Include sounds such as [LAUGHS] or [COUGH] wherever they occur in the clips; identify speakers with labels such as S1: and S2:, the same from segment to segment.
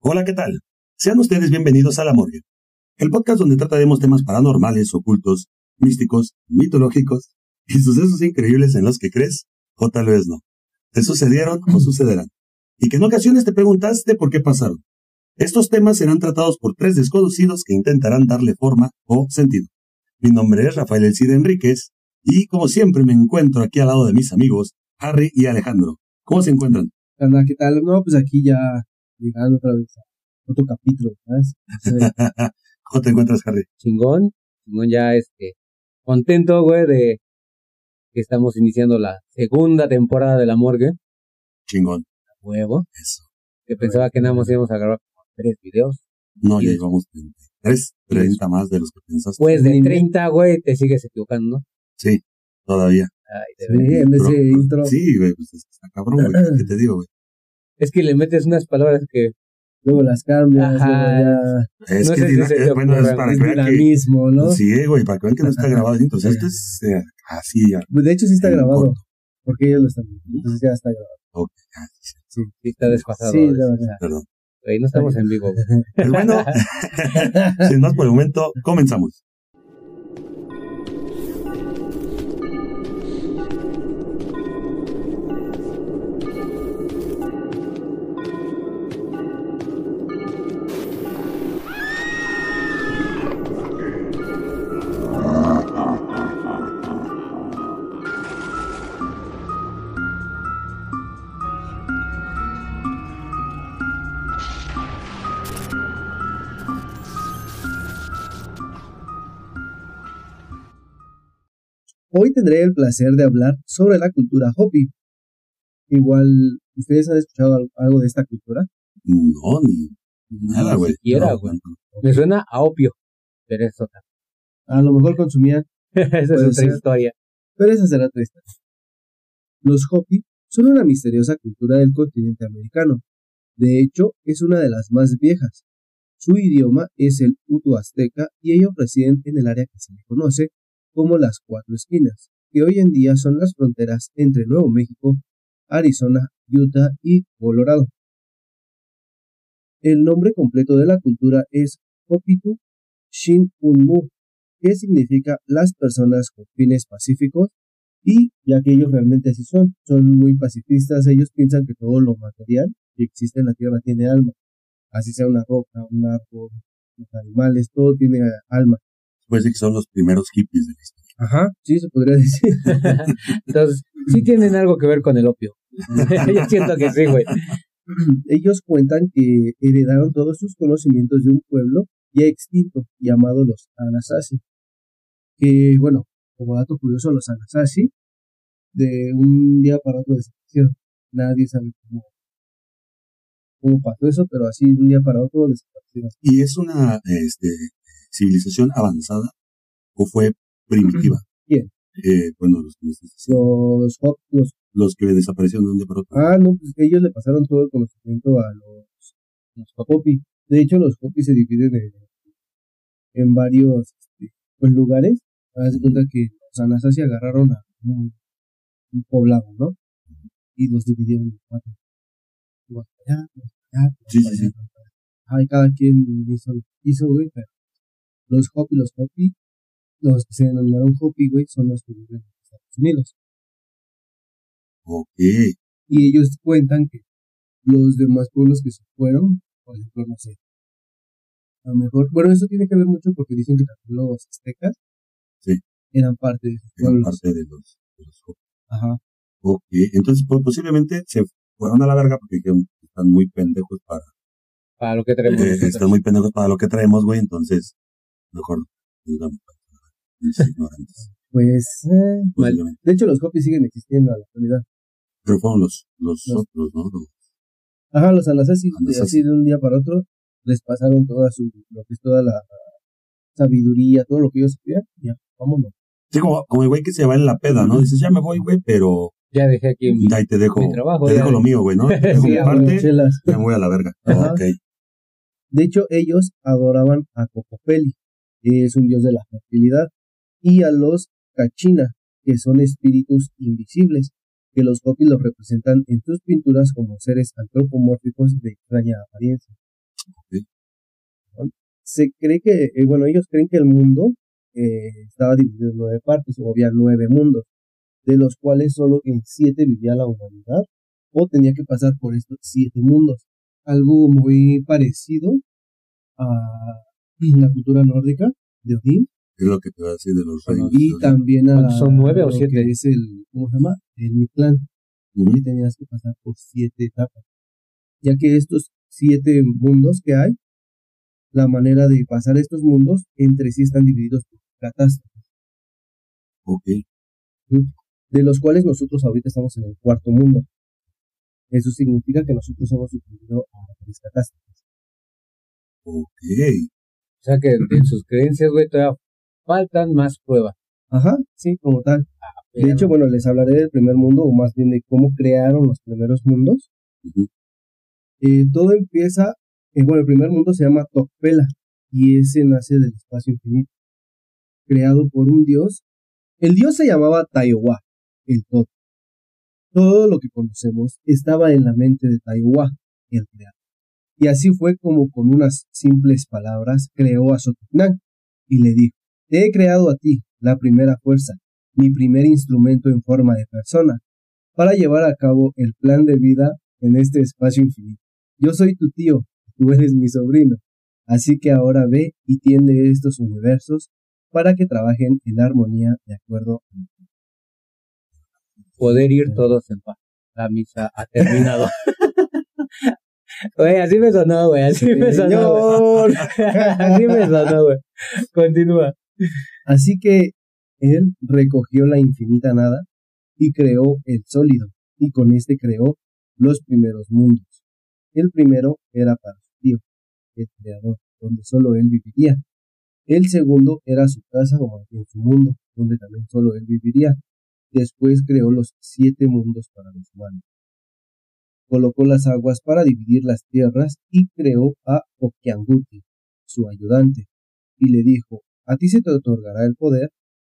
S1: Hola, ¿qué tal? Sean ustedes bienvenidos a La Morgue, el podcast donde trataremos temas paranormales, ocultos, místicos, mitológicos y sucesos increíbles en los que crees o tal vez no. Te sucedieron o sucederán. Y que en ocasiones te preguntaste por qué pasaron. Estos temas serán tratados por tres desconocidos que intentarán darle forma o sentido. Mi nombre es Rafael Elcide Enríquez y como siempre me encuentro aquí al lado de mis amigos Harry y Alejandro. ¿Cómo se encuentran?
S2: Ana, ¿qué tal? No, pues aquí ya llegando otra vez a otro capítulo, ¿sabes? Sí,
S1: [LAUGHS] ¿Cómo te encuentras, Harry?
S3: chingón, chingón ya este contento, güey, de que estamos iniciando la segunda temporada de la morgue,
S1: Chingón.
S3: a huevo,
S1: Eso.
S3: que pensaba que nada más íbamos a grabar como tres videos.
S1: No, ya llevamos 33, 30 más de los que pensaste.
S3: Pues de
S2: Sí.
S3: 30, güey, te sigues equivocando.
S1: Sí, todavía.
S3: Ay, de verdad.
S2: en ese
S1: Pero-
S2: intro.
S1: Sí, güey, pues es que está cabrón, güey. ¿Qué te digo, güey?
S3: Es que le metes unas palabras que
S2: Luego las cambias,
S3: Ajá.
S2: luego
S1: Es
S3: No
S1: que
S3: sé si
S1: dila-
S3: se te
S1: eh, bueno, es
S3: ocurra,
S2: ya
S1: para
S2: es
S1: que vean que.
S2: dinamismo, ¿no?
S1: Sí, eh, güey, para que vean que no está grabado el intro. O sea, esto es eh, así, ya.
S2: De hecho, sí está
S1: En
S2: grabado,
S1: corto.
S2: porque ellos lo están viendo, entonces ya está grabado.
S1: Ok, ya, sí, sí,
S3: sí está desfasado.
S2: Sí,
S3: güey.
S2: la verdad.
S1: perdón.
S3: Güey, no estamos en vivo, güey.
S1: Pues
S3: [LAUGHS]
S1: bueno, [LAUGHS] sin más por el momento, comenzamos.
S2: Hoy tendré el placer de hablar sobre la cultura Hopi. Igual, ¿ustedes han escuchado al- algo de esta cultura?
S1: No, ni nada, güey.
S3: siquiera,
S1: No,
S3: güey. Me suena a opio, pero es otra. [LAUGHS]
S2: A lo mejor consumían,
S3: Esa es
S2: Puede
S3: otra
S2: ser.
S3: historia. [LAUGHS]
S2: pero esa será otra historia. Los Hopi son una misteriosa cultura del continente americano. De hecho, es una de las más viejas. Su idioma es el Utu Azteca y ellos residen en el área que se le conoce como las Cuatro Esquinas, que hoy en día son las fronteras entre Nuevo México, Arizona, Utah y Colorado. El nombre completo de la cultura es Hopitu Shin Unmu, que significa las personas con fines pacíficos, y ya que ellos realmente así son, son muy pacifistas, ellos piensan que todo lo material que existe en la tierra tiene alma, así sea una roca, un árbol, los animales, todo tiene alma.
S1: Pues sí que son los primeros hippies de la historia.
S2: Ajá. Sí, se podría [LAUGHS] decir.
S3: Entonces, sí tienen algo que ver con el opio. [LAUGHS] Yo siento que sí, güey.
S2: ellos cuentan que heredaron todos sus conocimientos de un pueblo ya extinto llamado los Anasazi. Que, bueno, como dato curioso, los Anasazi de un día para otro desaparecieron. Nadie sabe cómo, cómo pasó eso, pero así de un día para otro desaparecieron.
S1: ¿Y es una este, civilización avanzada o fue primitiva?
S2: ¿Quién?
S1: Eh, bueno, los que, nos dicen.
S2: Los, Hop- los
S1: los que desaparecieron de un día para otro.
S2: Ah, no, pues ellos le pasaron todo el conocimiento a los, los Hopi. De hecho, los Hopi se dividen en, en varios este, pues, lugares. Haz de cuenta que los Anasazi agarraron a un, un poblado, ¿no? Y los dividieron en cuatro. Unos para allá, unos para allá,
S1: Sí,
S2: para
S1: sí,
S2: allá, para allá. Ay, cada quien hizo lo que hizo, güey, pero los Hopi, los Hopi, los que se denominaron Hopi, güey, son los que viven en Estados Unidos.
S1: Ok.
S2: y ellos cuentan que los demás pueblos que se fueron, por ejemplo, no sé, a lo mejor, bueno, eso tiene que ver mucho porque dicen que también los aztecas
S1: Sí.
S2: eran parte de esos
S1: eran
S2: pueblos.
S1: parte de los, de los Hopi.
S2: Ajá.
S1: Ok, entonces pues, posiblemente se fueron a la verga porque dijeron, están muy pendejos para,
S3: Para lo que
S2: [LAUGHS]
S3: tenemos.
S1: eh, están muy pendejos para lo que traemos, güey, entonces mejor nos damos cuenta, los ignorantes,
S2: Pues, eh,
S1: posiblemente.
S2: de hecho, los Hopis siguen existiendo a la actualidad.
S1: Pero fueron los, los
S2: Los-
S1: otros, ¿no? Los-
S2: Ajá, los Anasazi,
S1: Anasazi.
S2: así de un día para otro, les pasaron toda su, lo que es toda la sabiduría, todo lo que ellos sabían, ya, vámonos.
S1: Sí, como, como el güey que se va en la peda, ¿no? Dices, ya me voy, güey, pero
S3: Ya dejé aquí mi...
S1: ahí te dejo,
S3: mi trabajo,
S1: te
S3: ya
S1: dejo
S3: de-
S1: lo mío, güey, ¿no? Te dejo
S3: Sí,
S1: mi
S3: a
S1: parte,
S2: Chelas.
S1: ya me voy a la verga.
S2: Ajá.
S1: Ok,
S2: De hecho, ellos adoraban a Cocopeli, que es un dios de la fertilidad, y a los Cachina, que son espíritus invisibles, que los Hopi los representan en sus pinturas como seres antropomórficos de extraña apariencia. se cree que, eh, bueno, ellos creen que el mundo eh, estaba dividido en nueve partes o había nueve mundos, de los cuales solo en siete vivía la humanidad o tenía que pasar por estos siete mundos. Algo muy parecido a la cultura nórdica de Odín
S1: Es lo que te va a decir de los reinos.
S2: y también a la,
S3: ¿Son nueve o
S2: lo
S3: siete?
S2: que es el, ¿cómo se llama? El Mictlán.
S1: Ujú.
S2: y tenías que pasar por siete etapas. Ya que estos siete mundos que hay, la manera de pasar estos mundos entre sí están divididos por catástrofes,
S1: Ok.
S2: de los cuales nosotros ahorita estamos en el cuarto mundo. Eso significa que nosotros hemos sucedido a tres catástrofes.
S1: Ok.
S3: O sea que en sus creencias, güey, todavía faltan más pruebas.
S2: Ajá, sí, como tal. De hecho, bueno, les hablaré del primer mundo, o más bien de cómo crearon los primeros mundos.
S1: Ujú.
S2: Eh, todo empieza, eh, bueno, el primer mundo se llama Tocpela, y ese nace del espacio infinito, creado por un dios. El dios se llamaba Taiwa, el todo. Todo lo que conocemos estaba en la mente de Taiwa, el creador. Y así fue como con unas simples palabras creó a Sotopnan y le dijo, te he creado a ti, la primera fuerza, mi primer instrumento en forma de persona, para llevar a cabo el plan de vida en este espacio infinito. Yo soy tu tío, tú eres mi sobrino, así que ahora ve y tiende estos universos para que trabajen en armonía de acuerdo.
S3: poder ir todos en paz. La misa ha terminado.
S1: [LAUGHS]
S3: Güey, así me sonó, güey. [LAUGHS] Así me sonó. güey.
S2: Señor.
S3: Así me sonó, güey. Continúa.
S2: Así que él recogió la infinita nada y creó el sólido, y con este creó los primeros mundos. El primero era para su tío, el creador, donde solo él viviría. El segundo era su casa o más bien su mundo, donde también solo él viviría. Después creó los siete mundos para los humanos. Colocó las aguas para dividir las tierras y creó a Okianguti, su ayudante, y le dijo, a ti se te otorgará el poder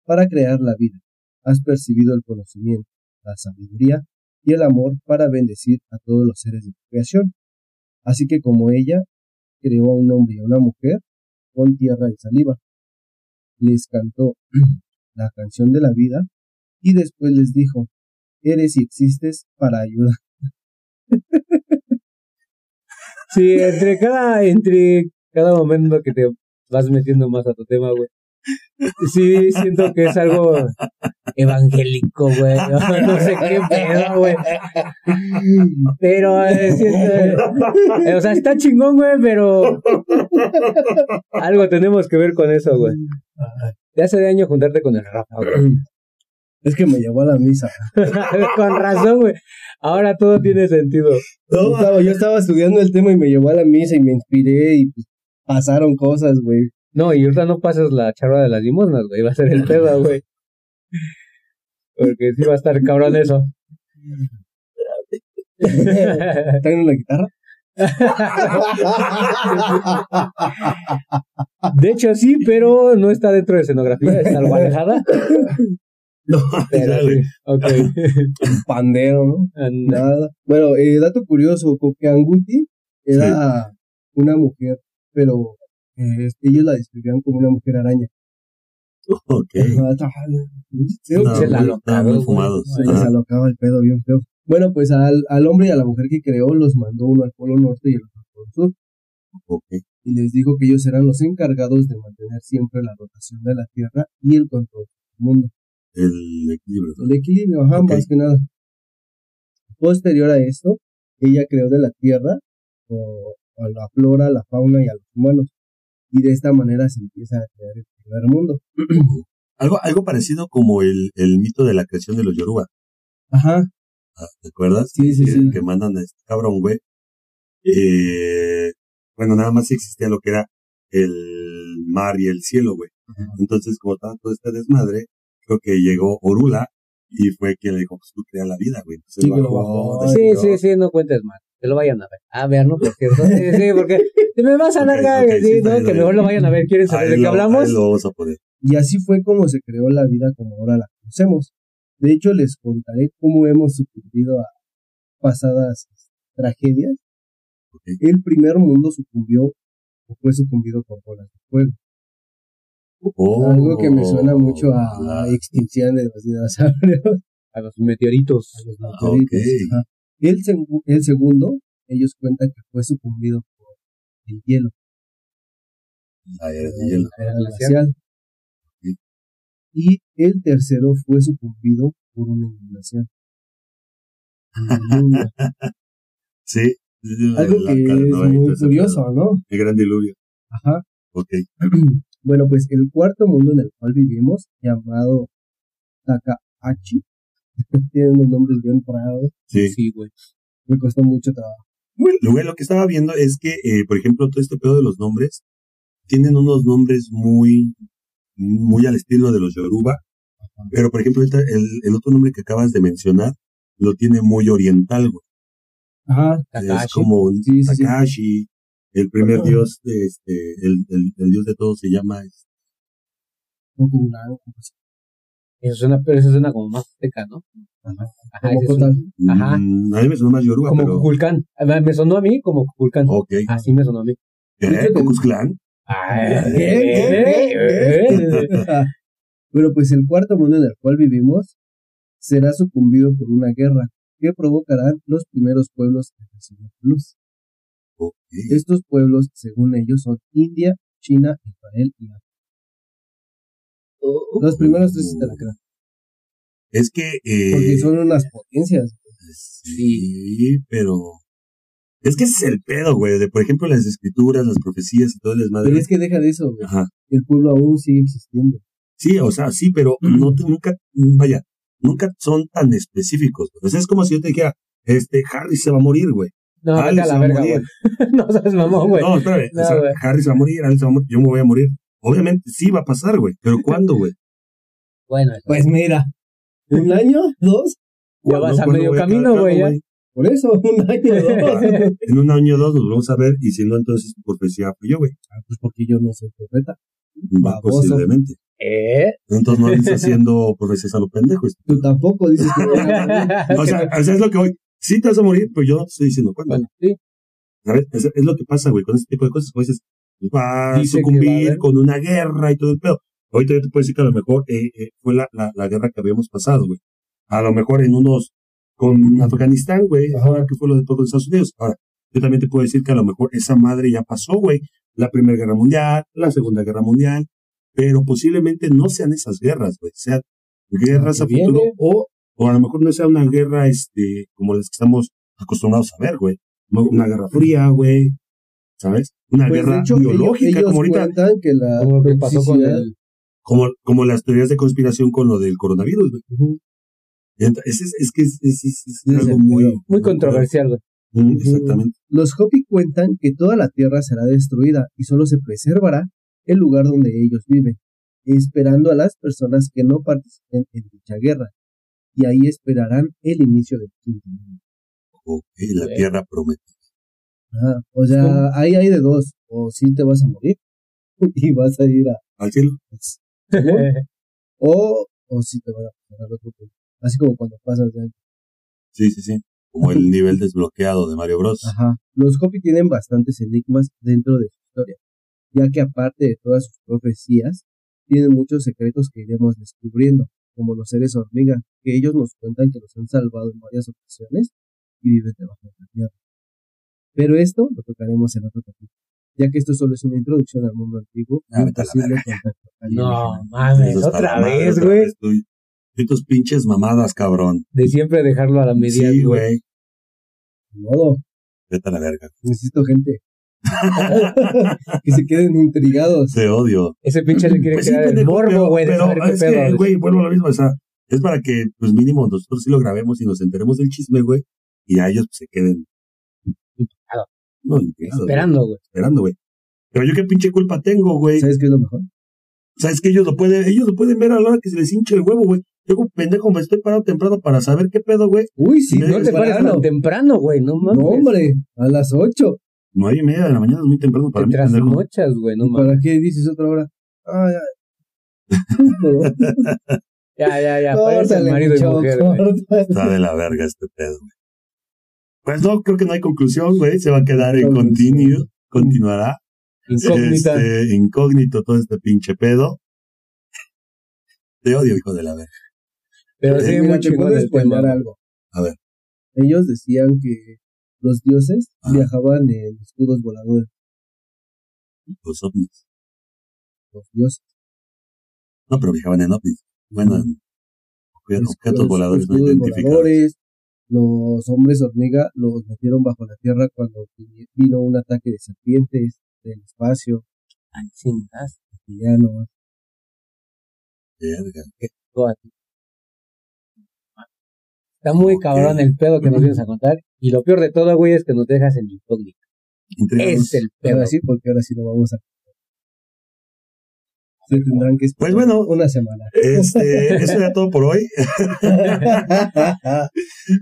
S2: para crear la vida. Has percibido el conocimiento, la sabiduría y el amor para bendecir a todos los seres de tu creación. Así que como ella creó a un hombre y a una mujer con tierra y saliva, les cantó [CLEARS THROAT] la canción de la vida y después les dijo, eres y existes para ayudar.
S3: Sí, entre cada, entre cada momento que te vas metiendo más a tu tema, güey. Sí, siento que es algo evangélico, güey. [LAUGHS] No, no sé qué pedo, güey. Pero, eh, siento- eh, o sea, está chingón, güey, pero algo tenemos que ver con eso, güey. Te hace daño juntarte con el Rafa, güey. [LAUGHS]
S2: Es que me llevó a la misa.
S3: Con razón, güey. Ahora todo tiene sentido.
S2: Yo estaba, yo estaba estudiando el tema y me llevó a la misa y me inspiré y pues, pasaron cosas, güey.
S3: No, y ahorita no pasas la charla de las limosnas, güey. Va a ser el tema, güey. Porque sí va a estar cabrón eso.
S2: ¿Traen
S1: [LAUGHS]
S2: una guitarra?
S3: De hecho, sí, pero no está dentro de escenografía, está algo alejada.
S1: [LAUGHS] No,
S3: Pero
S1: dale.
S3: sí, ok.
S2: pandero, ¿no?
S3: Anda.
S2: Nada. Bueno, eh, dato curioso, Coqueanguti era una mujer, pero eh, ellos la describían como una mujer araña.
S1: Ok.
S2: Se
S1: No,
S3: Se la
S1: muy-
S3: loca,
S1: no, muy
S3: güey.
S1: fumados.
S3: Ay,
S1: Ajá.
S2: alocaba el pedo bien feo. Bueno, pues al, al hombre y a la mujer que creó los mandó uno al polo norte y el otro al polo sur.
S1: Ah, Ok.
S2: y les dijo que ellos eran los encargados de mantener siempre la rotación de la Tierra y el control del mundo.
S1: El equilibrio.
S2: El equilibrio, ajá,
S1: Ok.
S2: más que nada. Posterior a esto, ella creó de la tierra o a la flora, a la fauna y a los humanos. Y de esta manera se empieza a crear el primer mundo.
S1: Algo, algo parecido como el, el mito de la creación de los Yoruba.
S2: Ajá,
S1: Ah, ¿Te acuerdas?
S2: Sí, sí,
S1: que,
S2: sí.
S1: que mandan a este cabrón, güey. Eh, bueno, nada más existía lo que era el mar y el cielo, güey. Entonces, como estaba todo este desmadre, creo que llegó Orula y fue quien le dijo, pues tú crea la vida, güey. Entonces
S2: Sí,
S1: lo
S2: que lo
S1: bajó,
S2: bajó,
S3: Sí,
S1: descendió.
S3: sí, sí, no cuentes más. Que lo vayan a ver. A ver, no, por cierto. Sí, sí,
S1: [LAUGHS]
S3: porque te me vas a
S1: Ok,
S3: alargar.
S1: ok,
S3: sí,
S1: sí, está
S3: no,
S1: bien,
S3: que
S1: está
S3: mejor
S1: bien.
S3: lo vayan a ver. ¿Quieren saber
S1: Ahí
S3: de qué
S1: lo-
S3: hablamos?
S1: ahí lo vamos a poner.
S2: y así fue como se creó la vida como ahora la conocemos. De hecho, les contaré cómo hemos sucumbido a pasadas tragedias.
S1: Ok.
S2: El primer mundo sucumbió o fue sucumbido por bolas de fuego. Algo que me suena mucho a
S1: Oh, claro.
S2: extinción de los dinosaurios.
S3: a los meteoritos.
S2: a los
S1: Ah,
S2: meteoritos,
S1: ok.
S2: ajá. El, segu- el segundo, ellos cuentan que fue sucumbido por el hielo.
S1: La era de
S2: la
S1: hielo.
S2: era
S3: Era glacial.
S2: glacial.
S1: Sí.
S2: Y el tercero fue sucumbido por una inundación. Inunda.
S1: Sí. sí, sí, la-
S2: Algo
S1: la
S2: que es
S1: calma y todo
S2: muy
S1: ese
S2: curioso, ¿no?
S1: pedo. El gran diluvio.
S2: Ajá. [CLEARS THROAT]
S1: Ok.
S2: Bueno, pues el cuarto mundo en el cual vivimos, llamado Takahashi, [LAUGHS] tiene unos nombres bien raros,
S1: Sí.
S3: Sí, güey.
S2: me costó mucho trabajo.
S1: Bueno, güey, lo que estaba viendo es que, eh, por ejemplo, todo este pedo de los nombres, tienen unos nombres muy, muy al estilo de los Yoruba. Pero, por ejemplo, ahorita el, el otro nombre que acabas de mencionar lo tiene muy oriental, güey.
S2: Ajá,
S3: Ah,
S1: Es
S3: Takahashi.
S1: como un
S2: Sí, sí, sí.
S1: Takashi, el primer
S2: Ajá.
S1: dios, de este, el, el, el dios de todo se llama. este, es-
S2: poco blanco,
S3: pues, Eso suena, pero eso suena como más azteca, ¿no?
S2: Ajá.
S3: Ajá,
S2: como
S3: ese
S2: cosas.
S3: suena- Ajá.
S1: Mm, a mí me sonó más Yoruba,
S3: como
S1: pero. Oh.
S3: Cuculcán. Ah, Me sonó a mí como Cuculcán.
S1: Ok.
S3: Así me sonó a mí. Ah,
S1: ¿Eh? ¿Cucuzclán?
S3: Ay,
S2: ¿Qué? ¿Qué?
S3: eh, eh.
S2: [LAUGHS] Bueno, pues el cuarto mundo en el cual vivimos será sucumbido por una guerra que provocarán los primeros pueblos que recibir luz.
S1: Ok.
S2: Estos pueblos, según ellos, son India, China, Israel y África. Los primeros tres se te la creo,
S1: Es que. eh,
S2: porque son unas potencias.
S1: Sí, pero. Es que ese es el pedo, güey. De, por ejemplo, las escrituras, las profecías y todo el
S2: Pero
S1: desmadre.
S2: es que deja de eso, güey.
S1: Ajá.
S2: el pueblo aún sigue existiendo.
S1: Sí, o sea, sí, pero no te- nunca, vaya, nunca son tan específicos. güey. O sea, es como si yo te dijera, este, Harry se va a morir, güey.
S3: No, vete a
S1: Alex
S3: la
S1: va
S3: verga,
S1: morir.
S3: güey. [LAUGHS] No seas mamón, güey.
S1: No, espérame.
S3: No,
S1: o sea,
S3: güey.
S1: Harry se va a morir, Alex se va a morir, yo me voy a morir. Obviamente sí va a pasar, güey.
S3: [LAUGHS]
S1: Pero ¿cuándo, güey?
S3: Bueno,
S2: Pues mira, un año, dos,
S3: ya
S1: ¿Cuándo-
S3: vas a
S1: cuándo
S3: medio
S1: voy quedar
S3: camino,
S1: claro,
S3: güey. ya.
S2: por eso, un año, dos.
S1: [LAUGHS]
S2: [LAUGHS]
S1: En un año o dos nos vamos a ver y si no, entonces tu profecía fue yo, güey.
S2: Ah, pues porque yo no soy profeta.
S1: Va,
S2: Baboso.
S1: posiblemente.
S3: ¿Eh? [LAUGHS]
S1: Entonces no andes haciendo profecías a lo pendejo. este.
S2: Tú tampoco dices que [LAUGHS] no.
S1: O sea, o sea, es lo que voy. Sí te vas a morir, pero yo no te estoy diciendo cuándo.
S3: Bueno, sí.
S1: ¿Sabes? Es, es lo que pasa, güey, con este tipo de cosas. A veces pues, va a
S3: Dice que va a
S1: sucumbir
S3: haber-
S1: con una guerra y todo el pedo. Ahorita yo te puedo decir que a lo mejor eh, eh, fue la, la, la guerra que habíamos pasado, güey. A lo mejor en unos con Afganistán, güey,
S2: Ajá.
S1: ahora que fue lo de todos los Estados Unidos. Ahora, yo también te puedo decir que a lo mejor esa madre ya pasó, güey. La Primera Guerra Mundial, la Segunda Guerra Mundial, pero posiblemente no sean esas guerras, güey. Sean guerras
S3: Ah,
S1: a
S3: que viene.
S1: futuro o, o a lo mejor no sea una guerra este como las que estamos acostumbrados a ver, güey. No, Una guerra fría, güey. ¿Sabes? Una
S2: Pues,
S1: guerra biológica,
S2: ellos,
S1: como ahorita,
S2: cuentan que la
S3: Como lo que pasó con
S2: toxicidad-
S3: el.
S1: como, como las teorías de conspiración con lo del coronavirus, güey.
S2: Ujú.
S1: Ent- Es, es, es que es, es- es- es
S2: Sí,
S1: algo
S2: sí,
S1: muy...
S2: pero-
S3: Muy controversial, güey.
S1: Mm, Exactamente.
S2: Los Hopi cuentan que toda la tierra será destruida y solo se preservará el lugar donde ellos viven, esperando a las personas que no participen en dicha guerra, y ahí esperarán el inicio del quinto mundo.
S1: Ok, la
S3: Sí.
S1: tierra promete.
S2: Ajá, O sea,
S3: ¿Cómo?
S2: ahí hay de dos, o si te vas a morir [LAUGHS] y vas a ir a... pues,
S1: Al cielo.
S2: O, o si te van a pasar al otro punto. Así como cuando pasas de
S1: Sí, sí, sí. Como el nivel desbloqueado de Mario Bros.
S2: Ajá. Los Hopi tienen bastantes enigmas dentro de su historia, ya que aparte de todas sus profecías, tienen muchos secretos que iremos descubriendo, como los seres hormiga, que ellos nos cuentan que los han salvado en varias ocasiones y viven debajo de la tierra. Pero esto lo tocaremos en otro capítulo, ya que esto solo es una introducción al mundo antiguo y
S1: Ah,
S2: un
S1: vete a la
S2: posible contacto alienígena.
S3: No mames,
S1: Eso está
S3: otra
S1: la madre,
S3: vez,
S1: otra
S3: güey.
S1: vez tú y- Y tus pinches mamadas, cabrón.
S3: De siempre dejarlo a la media,
S1: sí,
S3: güey.
S1: güey.
S2: Ni modo,
S1: Vete a la verga.
S2: necesito
S1: [LAUGHS]
S2: gente [LAUGHS] que se queden intrigados.
S1: Te odio.
S3: Ese pinche le quiere
S1: Pues sí,
S3: crear el
S1: pendejo,
S3: morbo,
S1: pero-
S3: güey. de
S1: Pero
S3: saber qué
S1: es
S3: pedo,
S1: que,
S3: güey.
S1: güey, vuelvo a lo mismo. O sea, es para que, pues mínimo, nosotros sí lo grabemos y nos enteremos del chisme, güey. Y a ellos pues, se queden.
S3: Claro.
S1: No, implicados, güey,
S3: Esperando, güey.
S1: esperando, güey. Pero yo qué pinche culpa tengo, güey.
S2: ¿Sabes qué es lo mejor?
S1: Sabes que ellos lo pueden, ellos lo pueden ver a la hora que se les hinche el huevo, güey. Yo como pendejo me estoy parado temprano para saber qué pedo, güey.
S2: Uy, sí,
S1: No
S3: No te pares
S2: temprano.
S3: tan temprano, güey. No
S2: No,
S3: mames.
S2: hombre, a las 8.
S1: Nueve y media de la mañana es muy temprano para
S3: Te
S1: mí. pendejo.
S3: trasnochas, güey. No mames.
S2: ¿Para qué dices otra hora? Ah, ya.
S3: Ya, ya, ya. Parece
S2: Córtale,
S3: marido y
S2: muchacho,
S3: mujer, güey.
S2: córtale.
S1: Está de la verga este pedo, güey. Pues no, creo que no hay conclusión, güey. Se va a quedar en
S2: Conclusión.
S1: continuo. Continuará.
S3: Incógnita.
S1: Este, incógnito todo este pinche pedo. Te odio, hijo de la verga.
S3: pero
S1: eh,
S3: sí,
S2: Mira,
S3: muy
S2: te
S3: chingón
S2: puedo
S3: el
S2: spoilear
S3: tema. güey.
S2: algo.
S1: A ver.
S2: Ellos decían que los dioses
S1: Ah.
S2: viajaban en escudos voladores.
S1: Los ovnis.
S2: Los dioses.
S1: No, pero viajaban en ovnis. Bueno, en objetos,
S2: Los-
S1: objetos
S2: los
S1: voladores no
S2: escudos
S1: identificados.
S2: voladores, Los hombres hormiga los metieron bajo la tierra cuando vi- vino un ataque de serpientes del espacio,
S3: Ay, chingas.
S2: villanos.
S1: Verga.
S3: todo así. Está muy
S1: Ok.
S3: cabrón el pedo que nos vienes a contar. Y lo peor de todo, güey, es que nos dejas en incógnito.
S1: Intrigamos.
S3: Es el
S2: Pero
S3: pedo.
S2: así, porque ahora sí lo vamos a. Se tendrán que esperar
S1: Pues
S2: [LAUGHS]
S1: bueno.
S2: una
S1: [LAUGHS]
S2: semana.
S1: Este, eso era todo por hoy.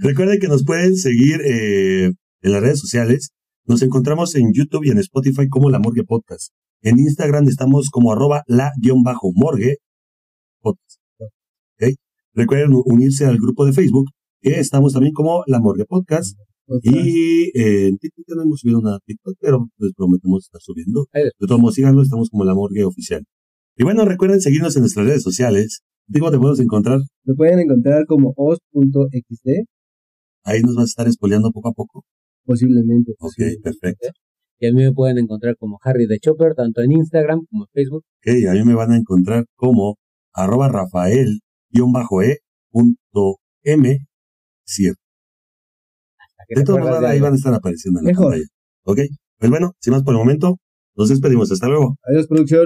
S1: Recuerden que nos pueden seguir eh, en las redes sociales. Nos encontramos en YouTube y en Spotify como La Morgue Podcast. En Instagram estamos como arroba la-morgue podcast. ¿Ok? Recuerden unirse al grupo de Facebook, que estamos también como La Morgue Podcast.
S2: Otra.
S1: Y eh, en TikTok ya no hemos subido nada a TikTok, pero les prometemos estar subiendo.
S3: Ahí
S1: De todos modos, síganlo, estamos como La Morgue Oficial. Y bueno, recuerden seguirnos en nuestras redes sociales. Digo, te podemos encontrar.
S2: Lo pueden encontrar como os.xd,
S1: Ahí nos vas a estar espoleando poco a poco.
S2: posiblemente.
S1: Ok,
S2: posiblemente.
S1: perfecto.
S3: Y a mí me pueden encontrar como Harry de Chopper, tanto en Instagram como en Facebook.
S1: Ok, a mí me van a encontrar como arroba rafael-e.m. E cierto.
S3: Hasta que
S1: De
S3: te
S1: todas maneras,
S3: acuerdas de
S1: ahí
S3: algo.
S1: van a estar apareciendo en la
S2: Mejor.
S1: pantalla. Ok, pues bueno, sin más por el momento, nos despedimos. Hasta luego.
S2: Adiós, producción.